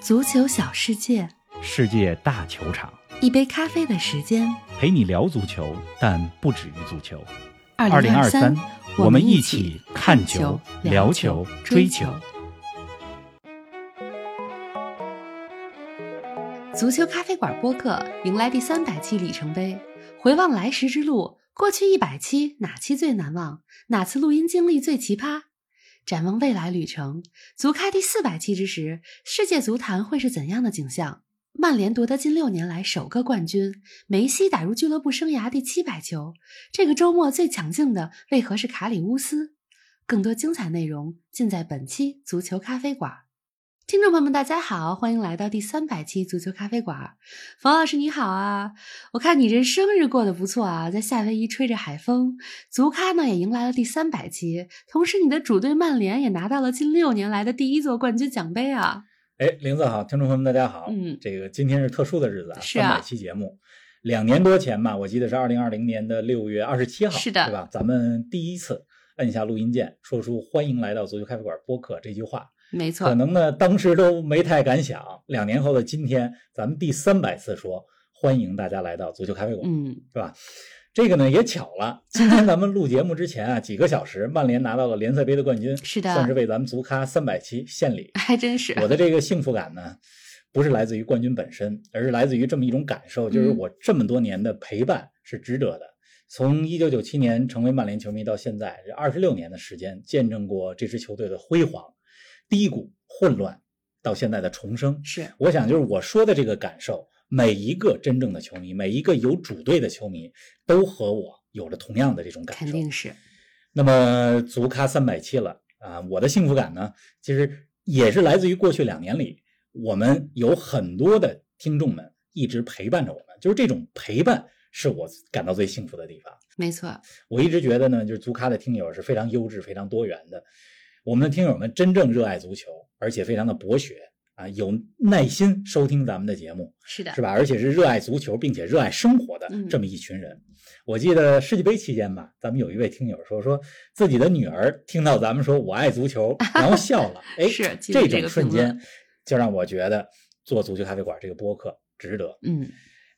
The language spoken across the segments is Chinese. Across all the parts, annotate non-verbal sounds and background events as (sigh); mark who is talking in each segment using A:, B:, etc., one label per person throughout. A: 足球小世界，
B: 世界大球场，
A: 一杯咖啡的时间。
B: 陪你聊足球，但不止于足球。
A: 二零
B: 二
A: 三，
B: 我
A: 们
B: 们一起看球、聊球、追球。
A: 足球咖啡馆播客迎来第三百期里程碑，回望来时之路，过去一百期哪期最难忘？哪次录音经历最奇葩？展望未来旅程，足咖第四百期之时，世界足坛会是怎样的景象？曼联夺得近六年来首个冠军，梅西打入俱乐部生涯第七百球。这个周末最抢镜的为何是卡里乌斯？更多精彩内容尽在本期足球咖啡馆。听众朋友们，大家好，欢迎来到第三百期足球咖啡馆。冯老师你好啊，我看你这生日过得不错啊，在夏威夷吹着海风。足咖呢也迎来了第三百期，同时你的主队曼联也拿到了近六年来的第一座冠军奖杯啊。
C: 哎，林子好，听众朋友们，大家好。
A: 嗯
C: 这个今天是特殊的日子啊，
A: 是
C: 三
A: 啊
C: 百期节目，两年多前吧，我记得是二零二零年的六月二十七号，
A: 是的
C: 对吧？咱们第一次按下录音键，说出“欢迎来到足球咖啡馆播客”这句话，
A: 没错，
C: 可能呢当时都没太敢想，两年后的今天，咱们第三百次说欢迎大家来到足球咖啡馆，
A: 嗯，
C: 是吧？这个呢也巧了，今天咱们录节目之前啊，几个小时，曼联拿到了联赛杯的冠军，
A: 是的
C: 算是为咱们足咖三百期献礼。
A: 还真是。
C: 我的这个幸福感呢，不是来自于冠军本身，而是来自于这么一种感受，就是
A: 嗯
C: 我这么多年的陪伴是值得的。从一九九七年成为曼联球迷到现在，这二十六年的时间，见证过这支球队的辉煌、低谷、混乱，到现在的重生。
A: 是
C: 我想，就是我说的这个感受，每一个真正的球迷，每一个有主队的球迷，都和我有着同样的这种感受。
A: 肯定是，
C: 那么足咖三百期了啊，我的幸福感呢，其实也是来自于过去两年里，我们有很多的听众们一直陪伴着我们，就是这种陪伴是我感到最幸福的地方。
A: 没错，
C: 我一直觉得呢，就是足咖的听友是非常优质、非常多元的。我们的听友们真正热爱足球，而且非常的博学啊，有耐心收听咱们的节目，
A: 是的，
C: 是吧？而且是热爱足球，并且热爱生活的
A: 嗯
C: 这么一群人。我记得世界杯期间吧，咱们有一位听友说，说自己的女儿听到咱们说我爱足
A: (laughs)
C: 球，然后笑了。哎，
A: 是记得
C: 这
A: 这个
C: 种瞬
A: 评论
C: 间就让我觉得做足球咖啡馆这个播客值得。
A: 嗯，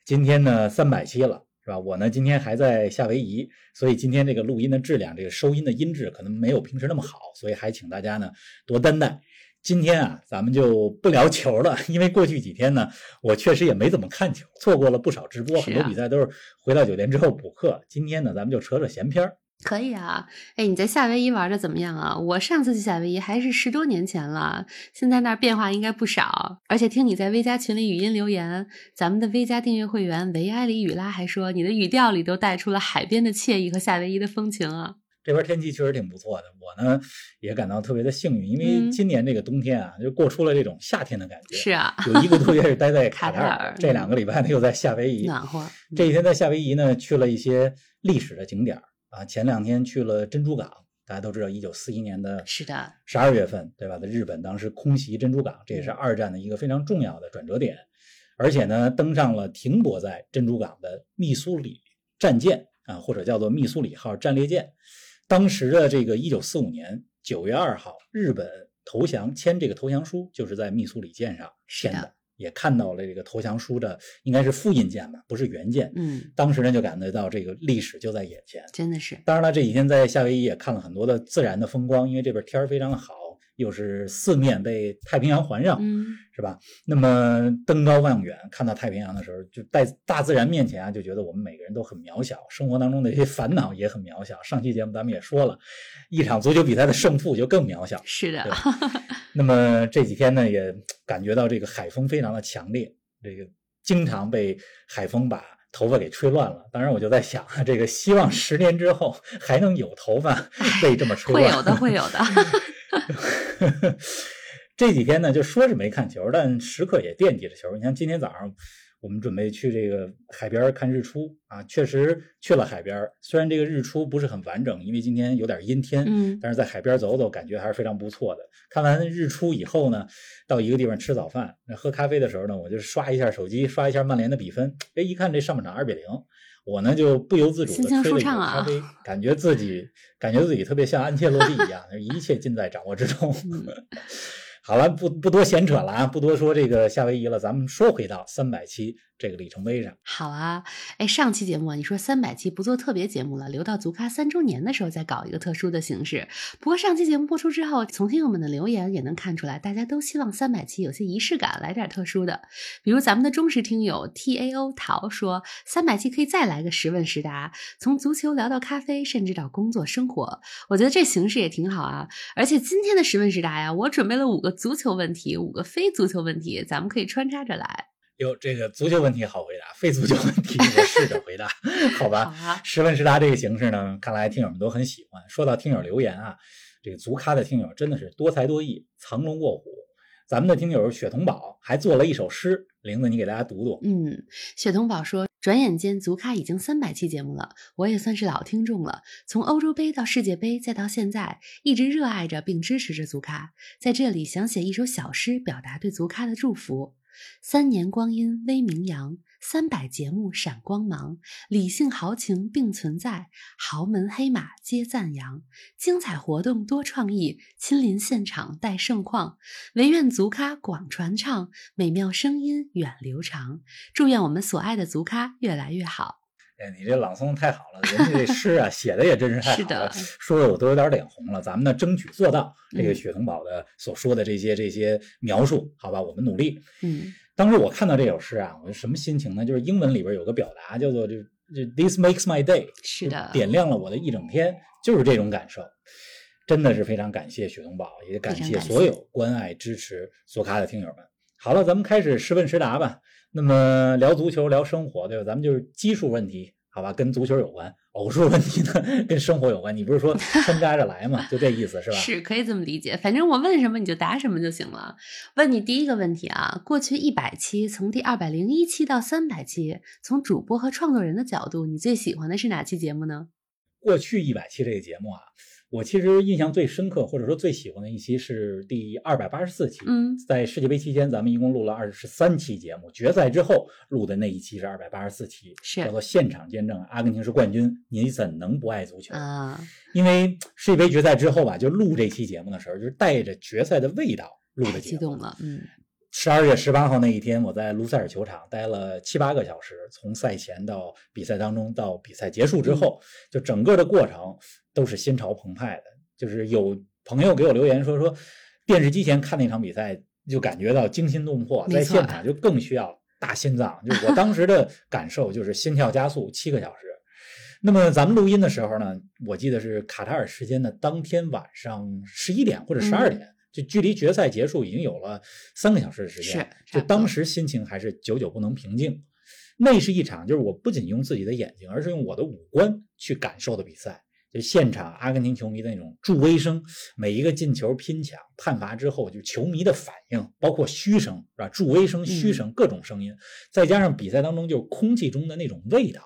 C: 今天呢，三百期了。是吧？我呢，今天还在夏威夷，所以今天这个录音的质量，这个收音的音质可能没有平时那么好，所以还请大家呢多担待。今天啊，咱们就不聊球了，因为过去几天呢，我确实也没怎么看球，错过了不少直播，
A: 是啊
C: 很多比赛都是回到酒店之后补课。今天呢，咱们就扯扯闲篇儿。
A: 可以啊。哎，你在夏威夷玩的怎么样啊？我上次去夏威夷还是十多年前了，现在那儿变化应该不少。而且听你在微加群里语音留言，咱们的微加订阅会员维埃里雨拉还说，你的语调里都带出了海边的惬意和夏威夷的风情啊。
C: 这边天气确实挺不错的，我呢也感到特别的幸运，因为
A: 嗯
C: 今年这个冬天啊，就过出了这种夏天的感觉。
A: 是啊，
C: 有一个多月是待在
A: 卡
C: 卡
A: 塔
C: 塔
A: 尔
C: 尔，这两个礼拜呢又在夏威夷。
A: 暖和。嗯
C: 这几天在夏威夷呢，去了一些历史的景点儿啊。前两天去了珍珠港，大家都知道，一九四一年的
A: 是的，
C: 十二月份，对吧？在日本当时空袭珍珠港，这也是
A: 嗯
C: 二战的一个非常重要的转折点。而且呢，登上了停泊在珍珠港的密苏里战舰啊，或者叫做密苏里号战列舰。当时的这个一九四五年九月二号，日本投降签这个投降书，就是在密苏里舰上
A: 是
C: 签
A: 的
C: 的，也看到了这个投降书的应该是复印件吧，不是原件。
A: 嗯，
C: 当时呢，就感觉到这个历史就在眼前。
A: 真的是，
C: 当然了，这几天在夏威夷也看了很多的自然的风光，因为这边天儿非常的好，又是四面被太平洋环绕，
A: 嗯，
C: 是吧？那么登高望远看到太平洋的时候，就在大自然面前啊，就觉得我们每个人都很渺小，生活当中的一些烦恼也很渺小。上期节目咱们也说了，一场足球比赛的胜负就更渺小。
A: 是的
C: 对，那么这几天呢，也感觉到这个海风非常的强烈，这个经常被海风把头发给吹乱了。当然，我就在想，啊这个希望十年之后还能有头发被这么吹
A: (laughs) 会
C: 乱。
A: 有的，会有的。
C: (laughs) 这几天呢，就说是没看球，但时刻也惦记着球。你像今天早上，我们准备去这个海边儿看日出啊，确实去了海边儿。虽然这个日出不是很完整，因为今天有点阴天，
A: 嗯，
C: 但是在海边走走，感觉还是非常不错的。看完日出以后呢，到一个地方吃早饭，那喝咖啡的时候呢，我就刷一下手机，刷一下曼联的比分，哎，一看这上半场二比零，我呢就不由自主
A: 心
C: 的
A: 情
C: 吹
A: 舒
C: 了一口
A: 畅啊
C: 咖啡，感觉自己感觉自己特别像安切洛蒂一样，一切尽在掌握之中
A: 嗯。
C: (laughs) 好了，不不多闲扯了啊，不多说这个夏威夷了，咱们说回到三百期这个里程碑上。
A: 好啊，哎，上期节目啊，你说三百期不做特别节目了，留到足咖三周年的时候再搞一个特殊的形式。不过上期节目播出之后，从听友们的留言也能看出来，大家都希望三百期有些仪式感，来点特殊的。比如咱们的忠实听友 T A O 桃说，三百期可以再来个十问十答，从足球聊到咖啡，甚至到工作生活。我觉得这形式也挺好啊。而且今天的十问十答呀，我准备了五个足球问题，五个非足球问题，咱们可以穿插着来。
C: 哟，这个足球问题好回答，非足球问题我试着回答， (laughs) 好吧？
A: 好啊
C: 十问十答这个形式呢，看来听友们都很喜欢。说到听友留言啊，这个足咖的听友真的是多才多艺，藏龙卧虎。咱们的听友雪童宝还做了一首诗，玲子你给大家读读。
A: 嗯，雪童宝说，转眼间足咖已经三百期节目了，我也算是老听众了。从欧洲杯到世界杯，再到现在，一直热爱着并支持着足咖。在这里想写一首小诗，表达对足咖的祝福。三年光阴微明扬，三百节目闪光芒，理性豪情并存在，豪门黑马皆赞扬。精彩活动多创意，亲临现场带盛况。唯愿足咖广传唱，美妙声音远流长。祝愿我们所爱的足咖越来越好。
C: 哎，你这朗诵太好了，人家这诗啊写的也真是太
A: 是
C: 好了，
A: 的
C: 说的我都有点脸红了。咱们呢，争取做到这个
A: 嗯
C: 雪童宝的所说的这些这些描述，好吧，我们努力。
A: 嗯
C: 当时我看到这首诗啊，我什么心情呢？就是英文里边有个表达叫做这这 “This makes my day”，
A: 是的
C: 就嗯点亮了我的一整天，就是这种感受。真的是非常感谢雪童宝，也感
A: 非常
C: 谢
A: 感谢
C: 所有关爱支持索咖的听友们。好了，咱们开始十问十答吧。那么聊足球，聊生活，对吧？咱们就是基数问题，好吧，跟足球有关；偶数问题呢，跟生活有关。你不是说掺杂着来嘛？就这意思是吧？
A: 是可以这么理解。反正我问什么你就答什么就行了。问你第一个问题啊，过去一百期，从第二百零一期到三百期，从主播和创作人的角度，你最喜欢的是哪期节目呢？
C: 过去一百期这个节目啊，我其实印象最深刻，或者说最喜欢的一期是第二百八十四期。
A: 嗯
C: 在世界杯期间，咱们一共录了二十三期节目，决赛之后录的那一期是二百八十四期，
A: 是
C: 叫做“现场见证阿根廷是冠军，你怎能不爱足球？”
A: 啊，
C: 因为世界杯决赛之后吧，就录这期节目的时候，就是带着决赛的味道录
A: 太
C: 的节
A: 激
C: 目。
A: 动了，嗯
C: 十二月十八号那一天，我在卢塞尔球场待了七八个小时，从赛前到比赛当中到比赛结束之
A: 嗯
C: 后，就整个的过程都是心潮澎湃的。就是有朋友给我留言说说，电视机前看那场比赛就感觉到惊心动魄，
A: 没
C: 在
A: 错
C: 现场就更需要大心脏。就是我当时的感受就是心跳加速七个小时。那么咱们录音的时候呢，我记得是卡塔尔时间的当天晚上十一点或者十二
A: 嗯
C: 点，就距离决赛结束已经有了三个小时的时间。
A: 是差
C: 就
A: 不
C: 当
A: 多
C: 时心情还是久久不能平静。那是一场就是我不仅用自己的眼睛，而是用我的五官去感受的比赛。就现场阿根廷球迷的那种助威声，每一个进球、拼抢、判罚之后，就球迷的反应，包括嘘声，是吧？助威声、
A: 嗯
C: 嘘声，各种声音，再加上比赛当中就是空气中的那种味道，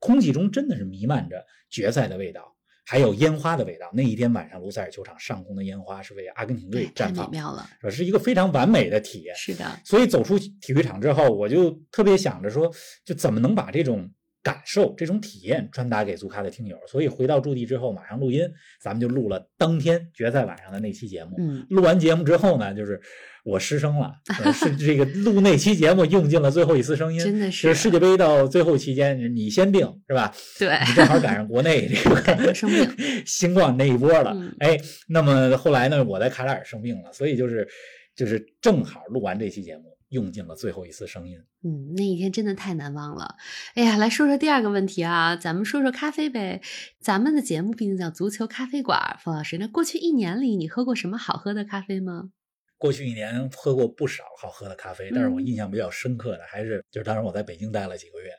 C: 空气中真的是弥漫着决赛的味道，还有烟花的味道。那一天晚上，卢塞尔球场上空的烟花是为阿根廷队
A: 哎太
C: 绽
A: 美
C: 放的，
A: 妙了，
C: 是一个非常完美的体验。
A: 是的，
C: 所以走出体育场之后，我就特别想着说，就怎么能把这种感受、这种体验传达给足咖的听友。所以回到驻地之后，马上录音，咱们就录了当天决赛晚上的那期节目。
A: 嗯
C: 录完节目之后呢，就是我失声了，呃是这个录那期节目用尽了最后一丝声
A: (laughs)
C: 音。
A: 真的
C: 就是世界杯到最后期间，你先定是吧？
A: 对，
C: 你正好赶上国内这个
A: 哎赶上生病
C: (laughs) 新冠那一波了
A: 嗯。
C: 哎，那么后来呢，我在卡塔尔生病了，所以就是就是正好录完这期节目，用尽了最后一丝声音。
A: 嗯，那一天真的太难忘了。哎呀，来说说第二个问题啊，咱们说说咖啡呗。咱们的节目毕竟叫足球咖啡馆，冯老师，那过去一年里你喝过什么好喝的咖啡吗？
C: 过去一年喝过不少好喝的咖啡，但是我
A: 嗯
C: 印象比较深刻的还是就是当时我在北京待了几个月，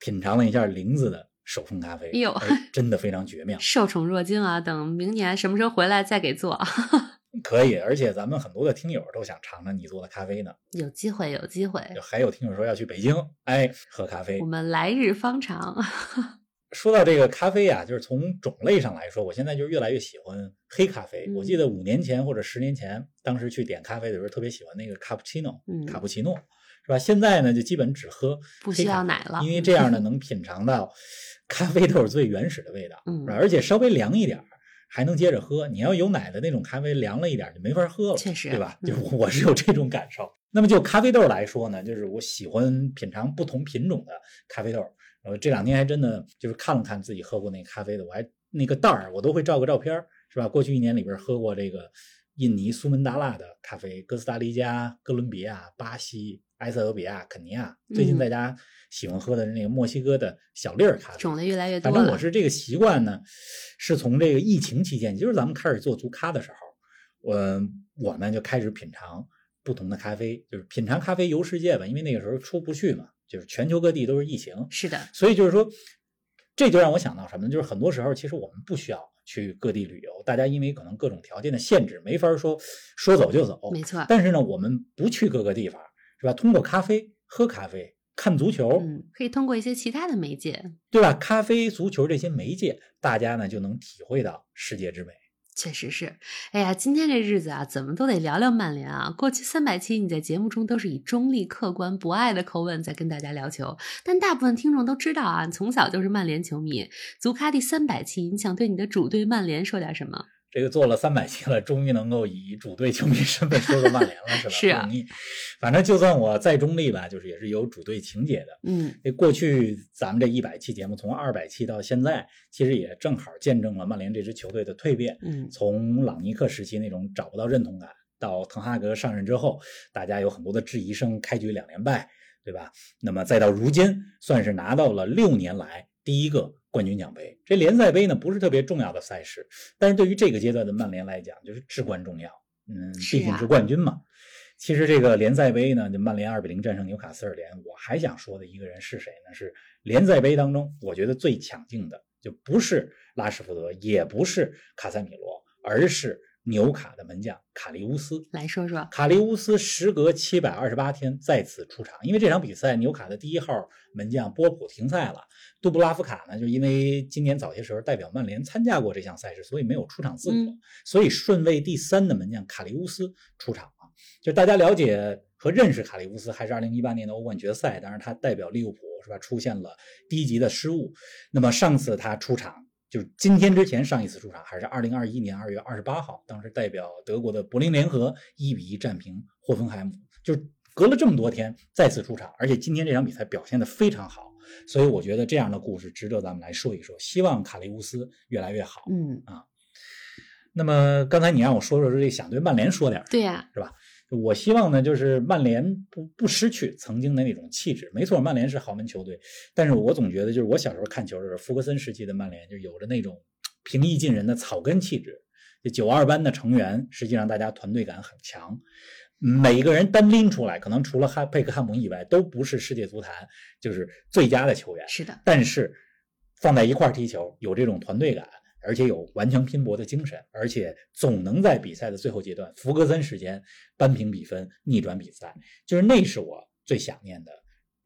C: 品尝了一下玲子的手冲咖啡，
A: 哎呦
C: 而真的非常绝
A: (laughs)
C: 妙。
A: 受宠若惊啊！等明年什么时候回来再给做， (laughs)
C: 可以，而且咱们很多的听友都想尝尝你做的咖啡呢。
A: 有机会，有机会，
C: 还有听友说要去北京，哎，喝咖啡
A: 我。们来日方长。
C: 说到这个咖啡啊，就是从种类上来说，我现在就越来越喜欢黑咖啡。我记
A: 嗯
C: 得五年前或者十年前，当时去点咖啡的时候，特别喜欢那个卡布奇诺，
A: 嗯
C: 卡布奇诺是吧？现在呢，就基本只喝
A: 不
C: 黑
A: 需
C: 咖
A: 要
C: 啡
A: 奶了
C: 因为这
A: (laughs)
C: 样呢，能品尝到咖啡豆最原始的味道，
A: 嗯
C: 是吧而且稍微凉一点儿，还能接着喝。你要有奶的那种咖啡，凉了一点就没法喝了，
A: 确实
C: 对吧？
A: 嗯
C: 就我是有这种感受。那么就咖啡豆来说呢，就是我喜欢品尝不同品种的咖啡豆。然后这两天还真的就是看了看自己喝过那咖啡的，我还那个袋儿我都会照个照片儿，是吧？过去一年里边喝过这个印尼苏门答腊的咖啡、哥斯达黎加、哥伦比亚、巴西、埃塞俄比亚、肯尼亚，最近
A: 嗯
C: 在家喜欢喝的是那个墨西哥的小粒儿咖啡。
A: 种类越来越多
C: 反
A: 了。
C: 正我是这个习惯呢，是从这个疫情期间，也就是咱们开始做足咖的时候，我我呢就开始品尝不同的咖啡，就是品尝咖啡游世界吧，因为那个时候出不去嘛，就是全球各地都是疫情，
A: 是的，
C: 所以就是说，这就让我想到什么呢？就是很多时候其实我们不需要去各地旅游，大家因为可能各种条件的限制，没法说说走就走。
A: 没错。
C: 哦但是呢，我们不去各个地方，是吧？通过咖啡、喝咖啡、看足球，
A: 嗯，可以通过一些其他的媒介，
C: 对吧？咖啡、足球这些媒介，大家呢就能体会到世界之美。
A: 确实是。哎呀，今天这日子啊，怎么都得聊聊曼联啊。过去三百期你在节目中都是以中立、客观、博爱的口吻在跟大家聊球，但大部分听众都知道啊，你从小就是曼联球迷。足咖第三百期，你想对你的主队曼联说点什么？
C: 这个做了三百期了，终于能够以主队球迷身份说说曼联了，是吧？
A: (laughs) 是啊
C: 不容易。反正就算我再中立吧，就是也是有主队情节的。
A: 嗯，
C: 那过去咱们这一百期节目，从二百期到现在，其实也正好见证了曼联这支球队的蜕变，
A: 嗯，
C: 从朗尼克时期那种找不到认同感，到滕哈格上任之后，大家有很多的质疑声，开局两连败，对吧？那么再到如今，算是拿到了六年来第一个冠军奖杯。这联赛杯呢，不是特别重要的赛事，但是对于这个阶段的曼联来讲，就是至关重要。嗯，
A: 是
C: 毕竟
A: 啊
C: 是冠军嘛。其实这个联赛杯呢，就曼联二比零战胜纽卡斯尔联，我还想说的一个人是谁呢？是联赛杯当中我觉得最抢镜的，就不是拉什福德，也不是卡塞米罗，而是纽卡的门将卡利乌斯。
A: 来说说，
C: 卡利乌斯时隔七百二十八天再次出场，因为这场比赛纽卡的第一号门将波普停赛了，杜布拉夫卡呢，就因为今年早些时候代表曼联参加过这项赛事，所以没有出场资格，
A: 嗯
C: 所以顺位第三的门将卡利乌斯出场了。就大家了解和认识卡利乌斯，还是二零一八年的欧冠决赛，当然他代表利物浦是吧，出现了低级的失误。那么上次他出场。就是今天之前上一次出场还是二零二一年二月二十八号，当时代表德国的柏林联合一比一战平霍芬海姆，就是隔了这么多天再次出场，而且今天这场比赛表现得非常好，所以我觉得这样的故事值得咱们来说一说。希望卡利乌斯越来越好。
A: 嗯，
C: 那么刚才你让我说说这想对曼联说点儿，
A: 对啊呀、
C: 我希望呢，就是曼联不不失去曾经的那种气质。没错，曼联是豪门球队，但是我总觉得就是我小时候看球的时候，福格森时期的曼联就有着那种平易近人的草根气质。这九二班的成员，实际上大家团队感很强，每一个人单拎出来，可能除了哈佩克汉姆以外，都不是世界足坛就是最佳的球员。
A: 是的，
C: 但是放在一块儿踢球，有这种团队感，而且有顽强拼搏的精神，而且总能在比赛的最后阶段，福格森时间扳平比分，逆转比赛，就是那是我最想念的。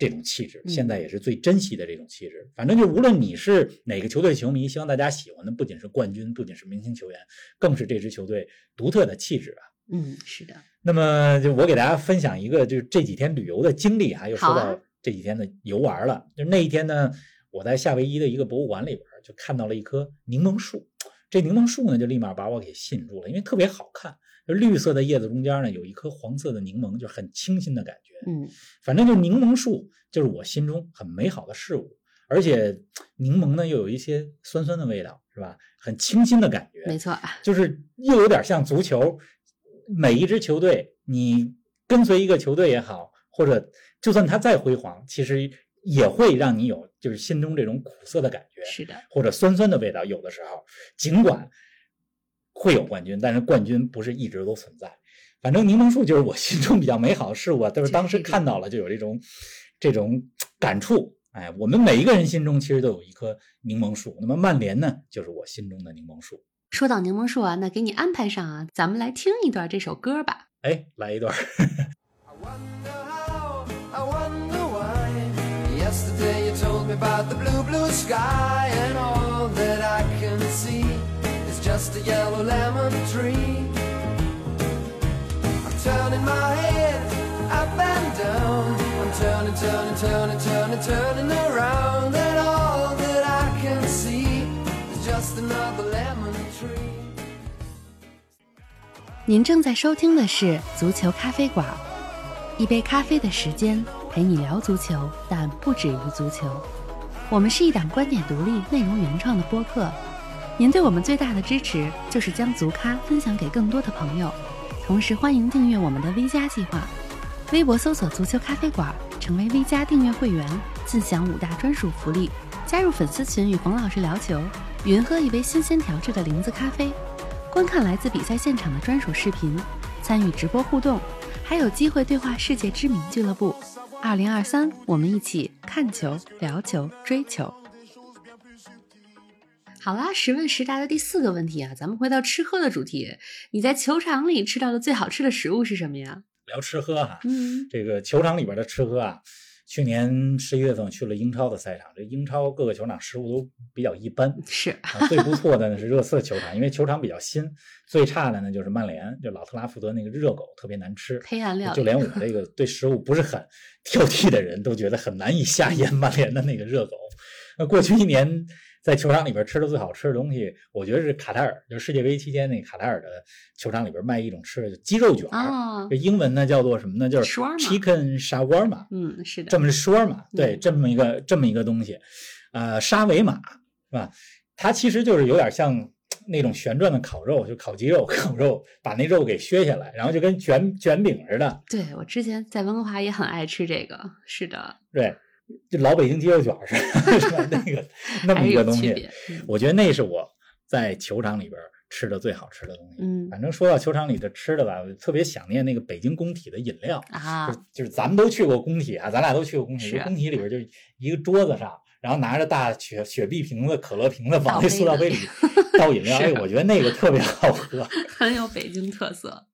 C: 这种气质，
A: 嗯
C: 现在也是最珍惜的这种气质。反正就无论你是哪个球队球迷，希望大家喜欢的不仅是冠军，不仅是明星球员，更是这支球队独特的气质啊。
A: 嗯，是的，
C: 那么就我给大家分享一个，就是这几天旅游的经历啊，又说
A: 好啊
C: 到这几天的游玩了。就那一天呢，我在夏威夷的一个博物馆里边儿就看到了一棵柠檬树，这柠檬树呢就立马把我给吸引住了，因为特别好看，就绿色的叶子中间呢有一颗黄色的柠檬，就很清新的感觉。
A: 嗯，
C: 反正就柠檬树就是我心中很美好的事物，而且柠檬呢又有一些酸酸的味道，是吧？很清新的感觉。
A: 没错，啊
C: 就是又有点像足球，每一支球队，你跟随一个球队也好，或者就算他再辉煌，其实也会让你有就是心中这种苦涩的感觉，
A: 是的，
C: 或者酸酸的味道。有的时候，尽管会有冠军，但是冠军不是一直都存在。反正柠檬树就是我心中比较美好的事物啊，就是当时看到了就有这种这种感触。哎，我们每一个人心中其实都有一棵柠檬树，那么曼联呢，就是我心中的柠檬树。
A: 说到柠檬树啊，那给你安排上啊，咱们来听一段这首歌吧。
C: 哎，来一段儿。
D: I wonder how, I wonder why. Yesterday you told me about the blue, blue sky, and all that I can see is just a yellow lemon tree. I'm turning my head up and down. I'm turning, turning, turning, turning, turning around, and all that I can see is just another lemon tree.
A: 您正在收听的是《足球咖啡馆》，一杯咖啡的时间陪你聊足球，但不止于足球。我们是一档观点独立、内容原创的播客。您对我们最大的支持就是将足咖分享给更多的朋友，同时欢迎订阅我们的 V 加计划。微博搜索“足球咖啡馆”，成为 V 加订阅会员，尽享五大专属福利，加入粉丝群与冯老师聊球，云喝一杯新鲜调制的零子咖啡。观看来自比赛现场的专属视频，参与直播互动，还有机会对话世界知名俱乐部。二零二三，我们一起看球、聊球、追球。好啦，十问十答的第四个问题啊，咱们回到吃喝的主题。你在球场里吃到的最好吃的食物是什么呀？
C: 聊吃喝哈、
A: 嗯，
C: 这个球场里边的吃喝啊，去年十一月份我去了英超的赛场，这英超各个球场食物都比较一般。
A: 是
C: 啊，最不错的呢是热刺球场，因为球场比较新；最差的呢就是曼联，就老特拉福德那个热狗特别难吃，
A: 黑暗料
C: 就
A: 理。
C: 连我这个对食物不是很挑剔的人都觉得很难以下咽曼联的那个热狗。那过去一年在球场里边吃的最好吃的东西，我觉得是卡塔尔，就是世界杯期间那个卡塔尔的球场里边卖一种吃的就鸡肉卷儿，
A: 啊
C: 这，英文呢叫做什么呢？就是
A: Shawarma
C: chicken shawarma，
A: 嗯，是的
C: 这，么说嘛，对，
A: 嗯
C: 这么一个这么一个东西，呃，沙维玛是吧？它其实就是有点像那种旋转的烤肉，就烤鸡肉、 (laughs) 烤肉，把那肉给削下来，然后就跟卷卷饼似的，
A: 对我之前在温哥华也很爱吃这个，是的，
C: 对，就老北京鸡肉卷儿似的， (laughs) 是吧？那
A: (laughs)
C: 个那么
A: 还是
C: 一个
A: 有
C: 东
A: 区
C: 西，
A: 别。嗯
C: 我觉得那是我在球场里边吃的最好吃的东西。
A: 嗯
C: 反正说到球场里的吃的吧，我特别想念那个北京工体的饮料。
A: 啊
C: 就，是就是咱们都去过工体啊，咱俩都去过工体。
A: 是
C: 就工体里边就一个桌子上，然后拿着大雪雪碧瓶子、可乐瓶子往那塑料杯里倒饮料，
A: 是
C: 哎，我觉得那个特别好喝。
A: 很有北京特色。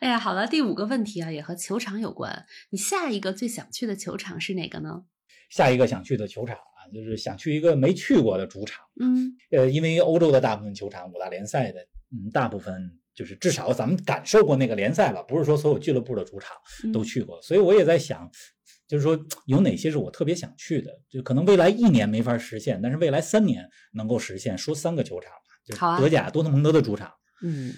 A: 哎呀，好了，第五个问题啊，也和球场有关。你下一个最想去的球场是哪个呢？
C: 下一个想去的球场啊，就是想去一个没去过的主场。
A: 嗯，
C: 呃，因为欧洲的大部分球场，五大联赛的，嗯，大部分就是至少咱们感受过那个联赛了，不是说所有俱乐部的主场。
A: 嗯
C: 都。去过，所以我也在想，就是说有哪些是我特别想去的，就可能未来一年没法实现，但是未来三年能够实现。说三个球场吧，就
A: 好啊
C: 是德甲多特蒙德的主场。
A: 嗯，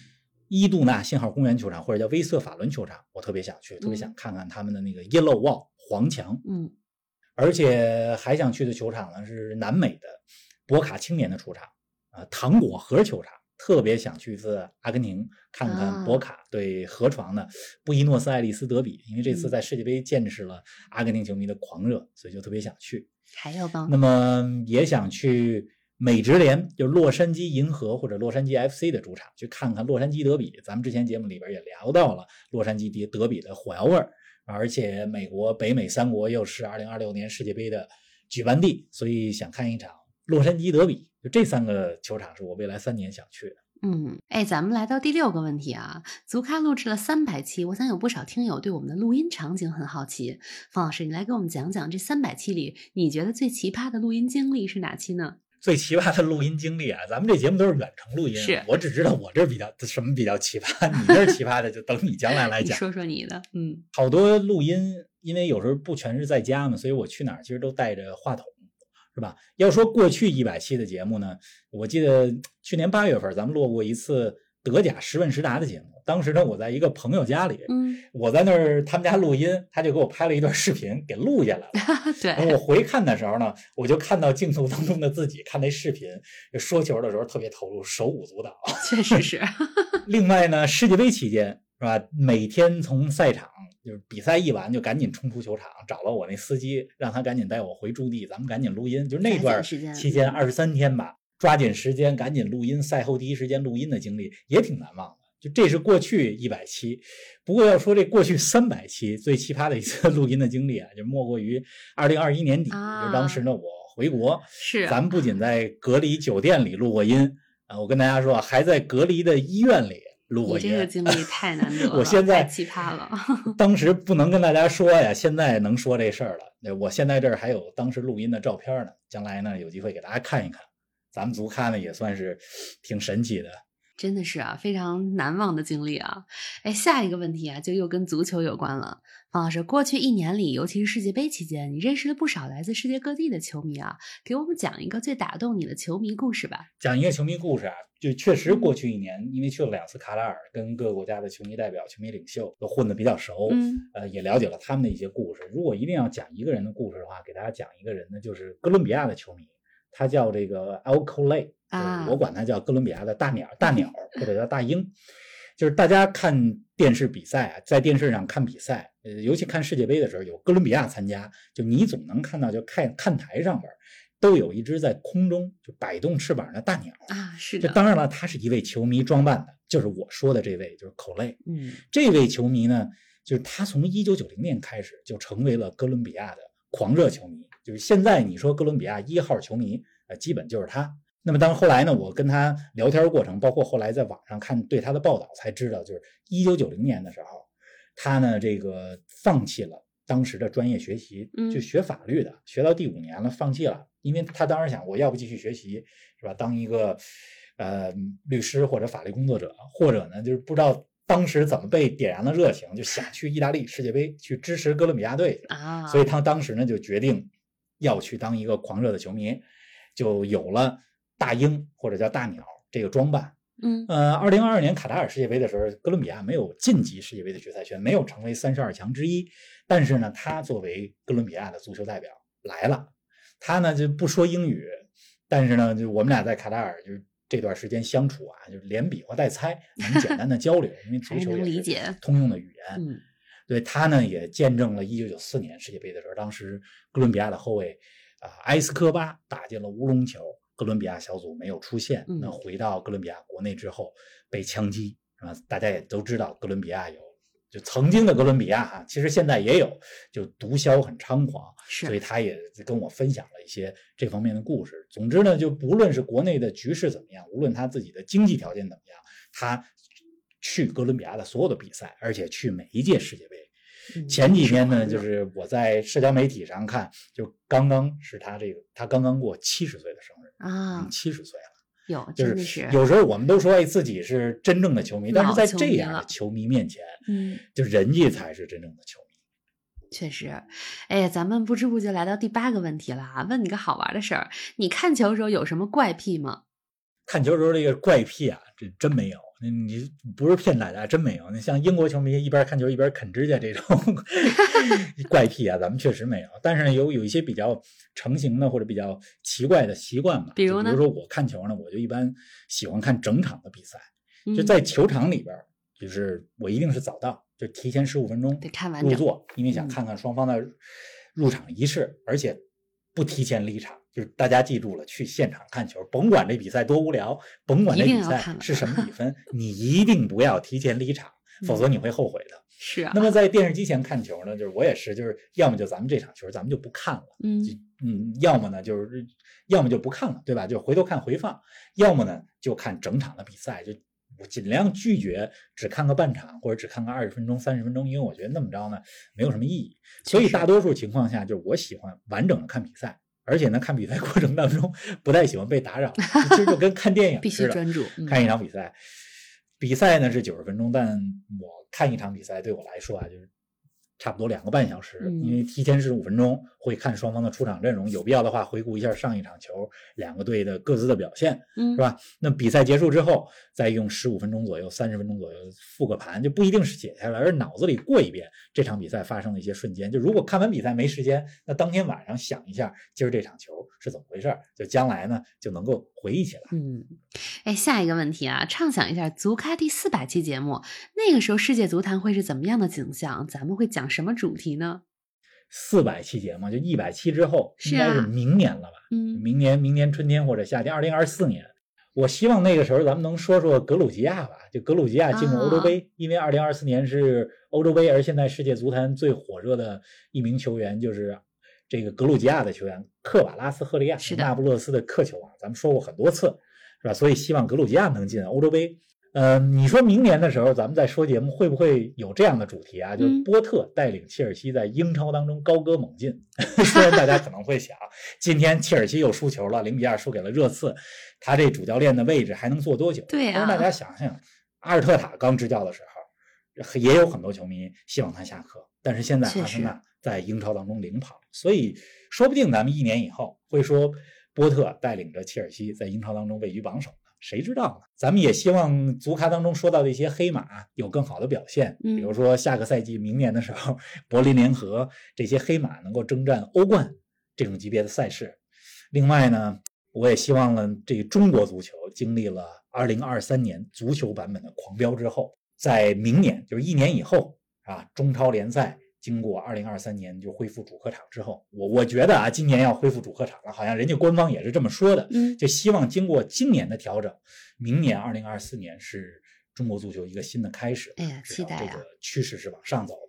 C: 伊杜纳信号公园球场或者叫威瑟法伦球场，我特别想去，特别想看看他们的那个 Yellow Wall 黄墙，
A: 嗯，
C: 而且还想去的球场呢是南美的博卡青年的主场啊，糖果盒球场，特别想去一次阿根廷看
A: 啊
C: 看博卡对河床的布宜诺斯艾利斯德比，因为这
A: 嗯
C: 次在世界杯见识了阿根廷球迷的狂热，所以就特别想去。
A: 还有吗
C: 那？么也想去美职联，就是洛杉矶银河或者洛杉矶 FC 的主场去看看洛杉矶德比。咱们之前节目里边也聊到了洛杉矶德德比的火药味儿，而且美国北美三国又是2026年世界杯的举办地，所以想看一场洛杉矶德比。就这三个球场是我未来三年想去的。
A: 嗯，哎，咱们来到第六个问题啊，足咖录制了三百期，我想有不少听友对我们的录音场景很好奇。方老师，你来给我们讲讲这三百期里，你觉得最奇葩的录音经历是哪期呢？
C: 最奇葩的录音经历啊，咱们这节目都是远程录音，啊
A: 是
C: 我只知道我这儿比较什么比较奇葩，你这儿奇葩的就等你将来来
A: 你
C: 讲。
A: 说说你的，嗯，
C: 好多录音，因为有时候不全是在家嘛，所以我去哪儿其实都带着话筒，是吧？要说过去一百期的节目呢，我记得去年八月份咱们录过一次德甲十问十答的节目，当时呢我在一个朋友家里，
A: 嗯， (laughs)
C: 我在那儿他们家录音，他就给我拍了一段视频给录下来了。然后
A: 对，
C: 我回看的时候呢，我就看到镜头当中的自己看那视频，说球的时候特别投入，手舞足蹈。
A: 确实是，
C: (laughs) 另外呢，世界杯期间是吧，每天从赛场就是比赛一完就赶紧冲出球场，找了我那司机，让他赶紧带我回驻地，咱们赶紧录音。就是那段
A: 抓紧时间
C: 期间二十三天吧，抓紧时间赶紧录音，赛后第一时间录音的经历也挺难忘的。就这是过去一百期，不过要说这过去三百期最奇葩的一次 (laughs) 录音的经历啊，就莫过于二零二一年底，
A: 啊
C: 就当时呢我回国，
A: 是，啊
C: 咱们不仅在隔离酒店里录过音啊，我跟大家说啊，还在隔离的医院里录过
A: 你
C: 音。
A: 这个经历太难得了，
C: (laughs) 我现在
A: 太奇葩了。
C: 当时不能跟大家说呀，现在能说这事儿了。对我现在这儿还有当时录音的照片呢，将来呢有机会给大家看一看。咱们足咖呢也算是挺神奇的，
A: 真的是啊，非常难忘的经历啊！哎，下一个问题啊，就又跟足球有关了。方老师，过去一年里，尤其是世界杯期间，你认识了不少来自世界各地的球迷啊，给我们讲一个最打动你的球迷故事吧。
C: 讲一个球迷故事啊，就确实过去一年，因为去了两次卡塔尔，跟各个国家的球迷代表、球迷领袖都混得比较熟，
A: 嗯，
C: 呃，也了解了他们的一些故事。如果一定要讲一个人的故事的话，给大家讲一个人呢，就是哥伦比亚的球迷，他叫这个 Al Cole，
A: 啊
C: 我管他叫哥伦比亚的大鸟、大鸟或者叫大鹰。就是大家看电视比赛啊，在电视上看比赛，呃，尤其看世界杯的时候，有哥伦比亚参加，就你总能看到，就看看台上边儿都有一只在空中就摆动翅膀的大鸟。
A: 啊，是
C: 这
A: 的，
C: 当然了，他是一位球迷装扮的，就是我说的这位，就是口类。
A: 嗯，
C: 这位球迷呢，就是他从一九九零年开始就成为了哥伦比亚的狂热球迷，就是现在你说哥伦比亚一号球迷，呃，基本就是他。那么当后来呢，我跟他聊天过程，包括后来在网上看对他的报道，才知道，就是一九九零年的时候，他呢这个放弃了当时的专业学习
A: 嗯，
C: 就学法律的，学到第五年了，放弃了，因为他当时想，我要不继续学习，是吧？当一个呃律师或者法律工作者，或者呢就是不知道当时怎么被点燃了热情，就想去意大利世界杯去支持哥伦比亚队去，
A: 啊，
C: 所以他当时呢就决定要去当一个狂热的球迷，就有了大鹰或者叫大鸟这个装扮。
A: 嗯
C: 呃，二零二二年卡塔尔世界杯的时候，哥伦比亚没有晋级世界杯的决赛圈，没有成为三十二强之一。但是呢，他作为哥伦比亚的足球代表来了，他呢就不说英语，但是呢，就我们俩在卡塔尔就是这段时间相处啊，就是连比划带猜，能简单的交流，因为足
A: 还是
C: 球
A: 能
C: 也
A: 理
C: 是
A: 解
C: 通用的语言。
A: 嗯
C: 对他呢，也见证了1994年世界杯的时候，当时哥伦比亚的后卫啊、埃斯科巴打进了乌龙球，哥伦比亚小组没有出现。
A: 嗯
C: 那回到哥伦比亚国内之后被枪击，是吧？大家也都知道，哥伦比亚有就曾经的哥伦比亚哈、其实现在也有就毒枭很猖狂，所
A: 是，
C: 以他也跟我分享了一些这方面的故事。总之呢，就不论是国内的局势怎么样，无论他自己的经济条件怎么样，他去哥伦比亚的所有的比赛，而且去每一届世界杯。
A: 嗯
C: 前几天呢，
A: 狂热
C: 就是我在社交媒体上看，就刚刚是他这个他刚刚过七十岁的生日，
A: 啊，
C: 七十岁了。
A: 有
C: 嗯就
A: 真的
C: 是
A: 是，
C: 有时候我们都说哎自己是真正的球迷，但
A: 老
C: 是在
A: 球
C: 这
A: 迷
C: 样
A: 了
C: 的球迷面前，
A: 嗯。
C: 就人家才是真正的球迷。
A: 确实，哎呀，咱们不知不觉来到第八个问题了啊！问你个好玩的事儿，你看球的时候有什么怪癖吗？
C: 看球时候这个怪癖啊，这真没有。那你不是骗大家，真没有。那像英国球迷一边看球一边啃指甲这种 (laughs) 怪癖啊，咱们确实没有。但是呢，有有一些比较成型的或者比较奇怪的习惯吧。
A: 比如
C: 就
A: 呢
C: 比如说我看球呢，我就一般喜欢看整场的比赛，
A: 嗯、
C: 就在球场里边儿，就是我一定是早到，就提前十五分钟
A: 得看完
C: 入
A: 整，
C: 座，因为想
A: 嗯
C: 看看双方的入场仪式，而且不提前离场。就是大家记住了，去现场看球，甭管这比赛多无聊，甭管
A: 一
C: 这
A: 定
C: 比
A: 要
C: 赛
A: 看完
C: 是什么比分，你一定不要提前离场，
A: 嗯
C: 否则你会后悔的。
A: 是啊
C: 那，么在电视机前看球呢，就是我也是，就是要么就咱们这场球咱们就不看了，
A: 嗯
C: 就嗯，要么呢就是，要么就不看了，对吧？就回头看回放，要么呢就看整场的比赛，就我尽量拒绝只看个半场或者只看个二十分钟、三十分钟，因为我觉得那么着呢没有什么意义。所以大多数情况下，就是我喜欢完整的看比赛。而且呢，看比赛过程当中 (laughs) 不太喜欢被打扰，其实就跟看电影
A: (laughs) 必须
C: 似的，
A: 专注。嗯
C: 看一场比赛，比赛呢是九十分钟，但我看一场比赛对我来说啊，就是差不多两个半小时，
A: 嗯
C: 因为提前十五分钟会看双方的出场阵容，有必要的话回顾一下上一场球两个队的各自的表现，
A: 嗯
C: 是吧？那比赛结束之后，再用十五分钟左右、三十分钟左右复个盘，就不一定是写下来，而脑子里过一遍这场比赛发生的一些瞬间。就如果看完比赛没时间，那当天晚上想一下今儿这场球是怎么回事儿，就将来呢就能够回忆起来。
A: 嗯，哎，下一个问题啊，畅想一下足咖第四百期节目，那个时候世界足坛会是怎么样的景象？咱们会讲什么主题呢？
C: 四百期节目，就一百期之后，
A: 是
C: 应该是
A: 啊
C: 明年了吧？
A: 嗯，
C: 明年，明年春天或者夏天，二零二四年。我希望那个时候咱们能说说格鲁吉亚吧，就格鲁吉亚进入欧
A: 啊
C: 洲杯，因为二零二四年是欧洲杯，而现在世界足坛最火热的一名球员就是这个格鲁吉亚的球员克瓦拉斯赫利亚，
A: 是的
C: 那不勒斯的克球王，咱们说过很多次，是吧？所以希望格鲁吉亚能进欧洲杯。呃，你说明年的时候，咱们再说节目，会不会有这样的主题啊？就是
A: 嗯
C: 波特带领切尔西在英超当中高歌猛进。 (laughs) 虽然大家可能会想，今天切尔西又输球了，零比二输给了热刺，他这主教练的位置还能坐多久？
A: 对
C: 但是大
A: 啊
C: 家想想，阿尔特塔刚执教的时候，也有很多球迷希望他下课，但是现在
A: 确
C: 阿森
A: 实
C: 纳在英超当中领跑，所以说不定咱们一年以后会说波特带领着切尔西在英超当中位居榜首呢。谁知道呢？咱们也希望足咖当中说到的一些黑马有更好的表现，
A: 嗯
C: 比如说下个赛季、明年的时候，柏林联合这些黑马能够征战欧冠这种级别的赛事。另外呢，我也希望呢，这中国足球经历了2023年足球版本的狂飙之后，在明年就是一年以后啊，中超联赛经过2023年就恢复主客场之后，我我觉得啊，今年要恢复主客场了，好像人家官方也是这么说的，
A: 嗯，
C: 就希望经过今年的调整，明年2024年是中国足球一个新的开始。
A: 哎呀
C: 至
A: 期
C: 少
A: 待
C: 这
A: 啊
C: 个趋势是往上走的。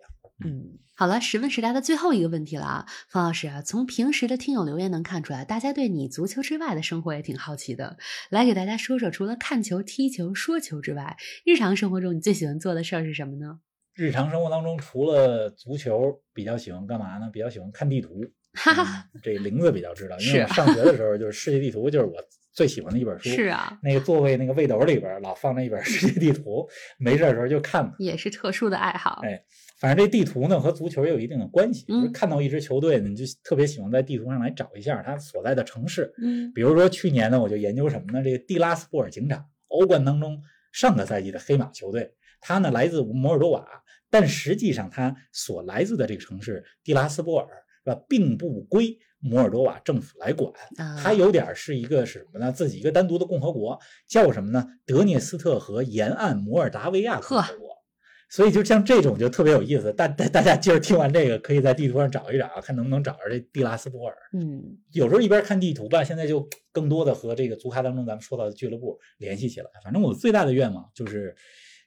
A: 嗯，好了，十问十答的最后一个问题了啊，方老师啊，从平时的听友留言能看出来，大家对你足球之外的生活也挺好奇的。来给大家说说，除了看球、踢球、说球之外，日常生活中你最喜欢做的事儿是什么呢？
C: 日常生活当中，除了足球，比较喜欢干嘛呢？比较喜欢看
A: (laughs)
C: 地图。
A: 哈哈，
C: 嗯这玲子比较知道，因
A: 是啊
C: 为我上学的时候就是世界地图，就是我最喜欢的一本书。
A: 是啊，
C: 那个座位那个位斗里边儿老放着一本世界地图，没事儿的时候就看看。
A: 也是特殊的爱好。
C: 哎反正这地图呢和足球也有一定的关系，就是
A: 嗯
C: 看到一支球队，你就特别喜欢在地图上来找一下它所在的城市。
A: 嗯
C: 比如说去年呢，我就研究什么呢？这个蒂拉斯波尔警长，欧冠当中上个赛季的黑马球队，他呢来自摩尔多瓦，但实际上他所来自的这个城市蒂拉斯波尔是吧，并不归摩尔多瓦政府来管，
A: 啊，
C: 它有点儿是一个是什么呢？自己一个单独的共和国，叫什么呢？德涅斯特河沿岸摩尔达维亚共和国。所以就像这种就特别有意思，大大大家今儿听完这个，可以在地图上找一找，看能不能找着这蒂拉斯波尔。
A: 嗯，
C: 有时候一边看地图吧，现在就更多的和这个足咖当中咱们说到的俱乐部联系起来。反正我最大的愿望就是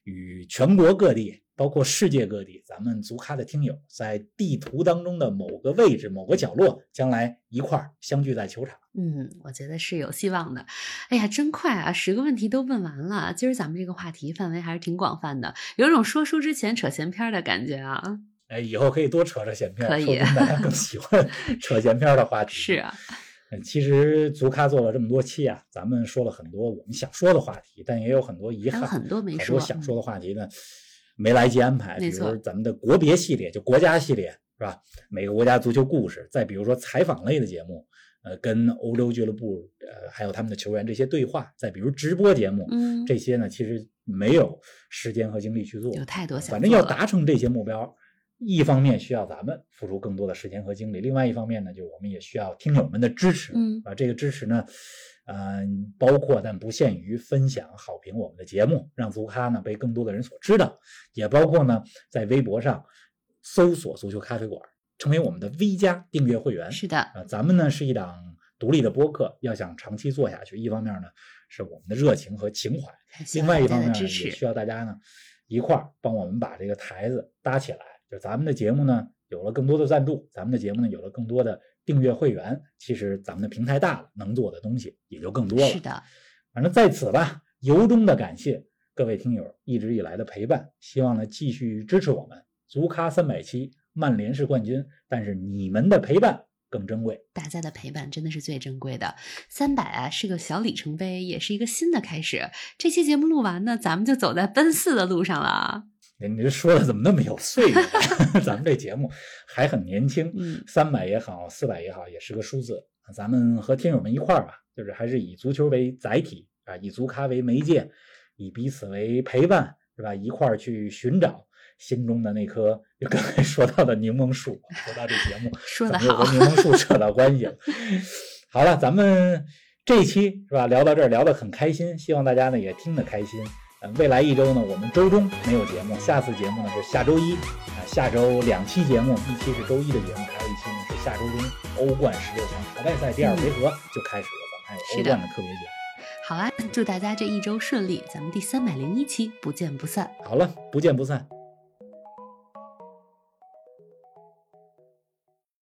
C: 与全国各地，包括世界各地，咱们足咖的听友在地图当中的某个位置、某个角落，将来一块儿相聚在球场。
A: 嗯，我觉得是有希望的。哎呀，真快啊，十个问题都问完了。今儿咱们这个话题范围还是挺广泛的，有一种说书之前扯闲篇儿的感觉啊。
C: 哎，以后可以多扯扯闲篇儿，
A: 可以
C: 说不定大家更喜欢 (laughs) 扯闲篇儿的话题。
A: 是啊，
C: 嗯，其实足咖做了这么多期啊，咱们说了很多我们想说的话题，但也有很多遗
A: 还
C: 憾，
A: 有很多没
C: 好
A: 说嗯
C: 多。想说的话题呢，没来及安排。
A: 没
C: 比如
A: 错
C: 咱们的国别系列，就国家系列是吧？每个国家足球故事，再比如说采访类的节目，呃，跟欧洲俱乐部呃还有他们的球员这些对话，再比如直播节目，
A: 嗯，
C: 这些呢其实没有时间和精力去做。呃
A: 有太多想
C: 反正要
A: 做了
C: 达成这些目标，一方面需要咱们付出更多的时间和精力，另外一方面呢，就我们也需要听友们的支持。
A: 嗯
C: 啊，这个支持呢，嗯、包括但不限于分享、好评我们的节目，让足咖呢被更多的人所知道，也包括呢在微博上搜索“足球咖啡馆”，成为我们的 V 加订阅会员。
A: 是的，
C: 啊，咱们呢是一档独立的播客，要想长期做下去，一方面呢是我们的热情和情怀。
A: 还需
C: 嗯另
A: 要
C: 外一
A: 大家
C: 方面
A: 的
C: 呢，也
A: 支持。
C: 需要大家呢一块儿帮我们把这个台子搭起来。就咱们的节目呢，有了更多的赞助，咱们的节目呢有了更多的订阅会员，其实咱们的平台大了，能做的东西也就更多了。
A: 是的，
C: 反正在此吧，由衷的感谢各位听友一直以来的陪伴，希望呢继续支持我们。足咖三百期，曼联是冠军，但是你们的陪伴更珍贵。
A: 大家的陪伴真的是最珍贵的。三百啊，是个小里程碑，也是一个新的开始。这期节目录完呢，咱们就走在奔四的路上了啊。
C: 你这说的怎么那么有岁月感？ (laughs) 咱们这节目还很年轻，
A: 嗯
C: 三百也好，四百也好，也是个数字。咱们和听友们一块儿吧，就是还是以足球为载体啊，以足咖为媒介，以彼此为陪伴，是吧？一块儿去寻找心中的那棵，就刚才说到的柠檬树。说到这节目，
A: 说得
C: 怎么又
A: 好
C: 和柠檬树扯
A: (laughs)
C: 到关系了。好了，咱们这一期是吧，聊到这儿聊得很开心，希望大家呢也听得开心。呃，未来一周呢，我们周中没有节目，下次节目呢是下周一啊、下周两期节目，一期是周一的节目，还有一期呢是下周中欧冠十六强淘汰赛第二回合就开始了，咱们还有欧冠的特别节目。
A: 好啊，祝大家这一周顺利，咱们第三百零一期不见不散。
C: 好了，不见不散，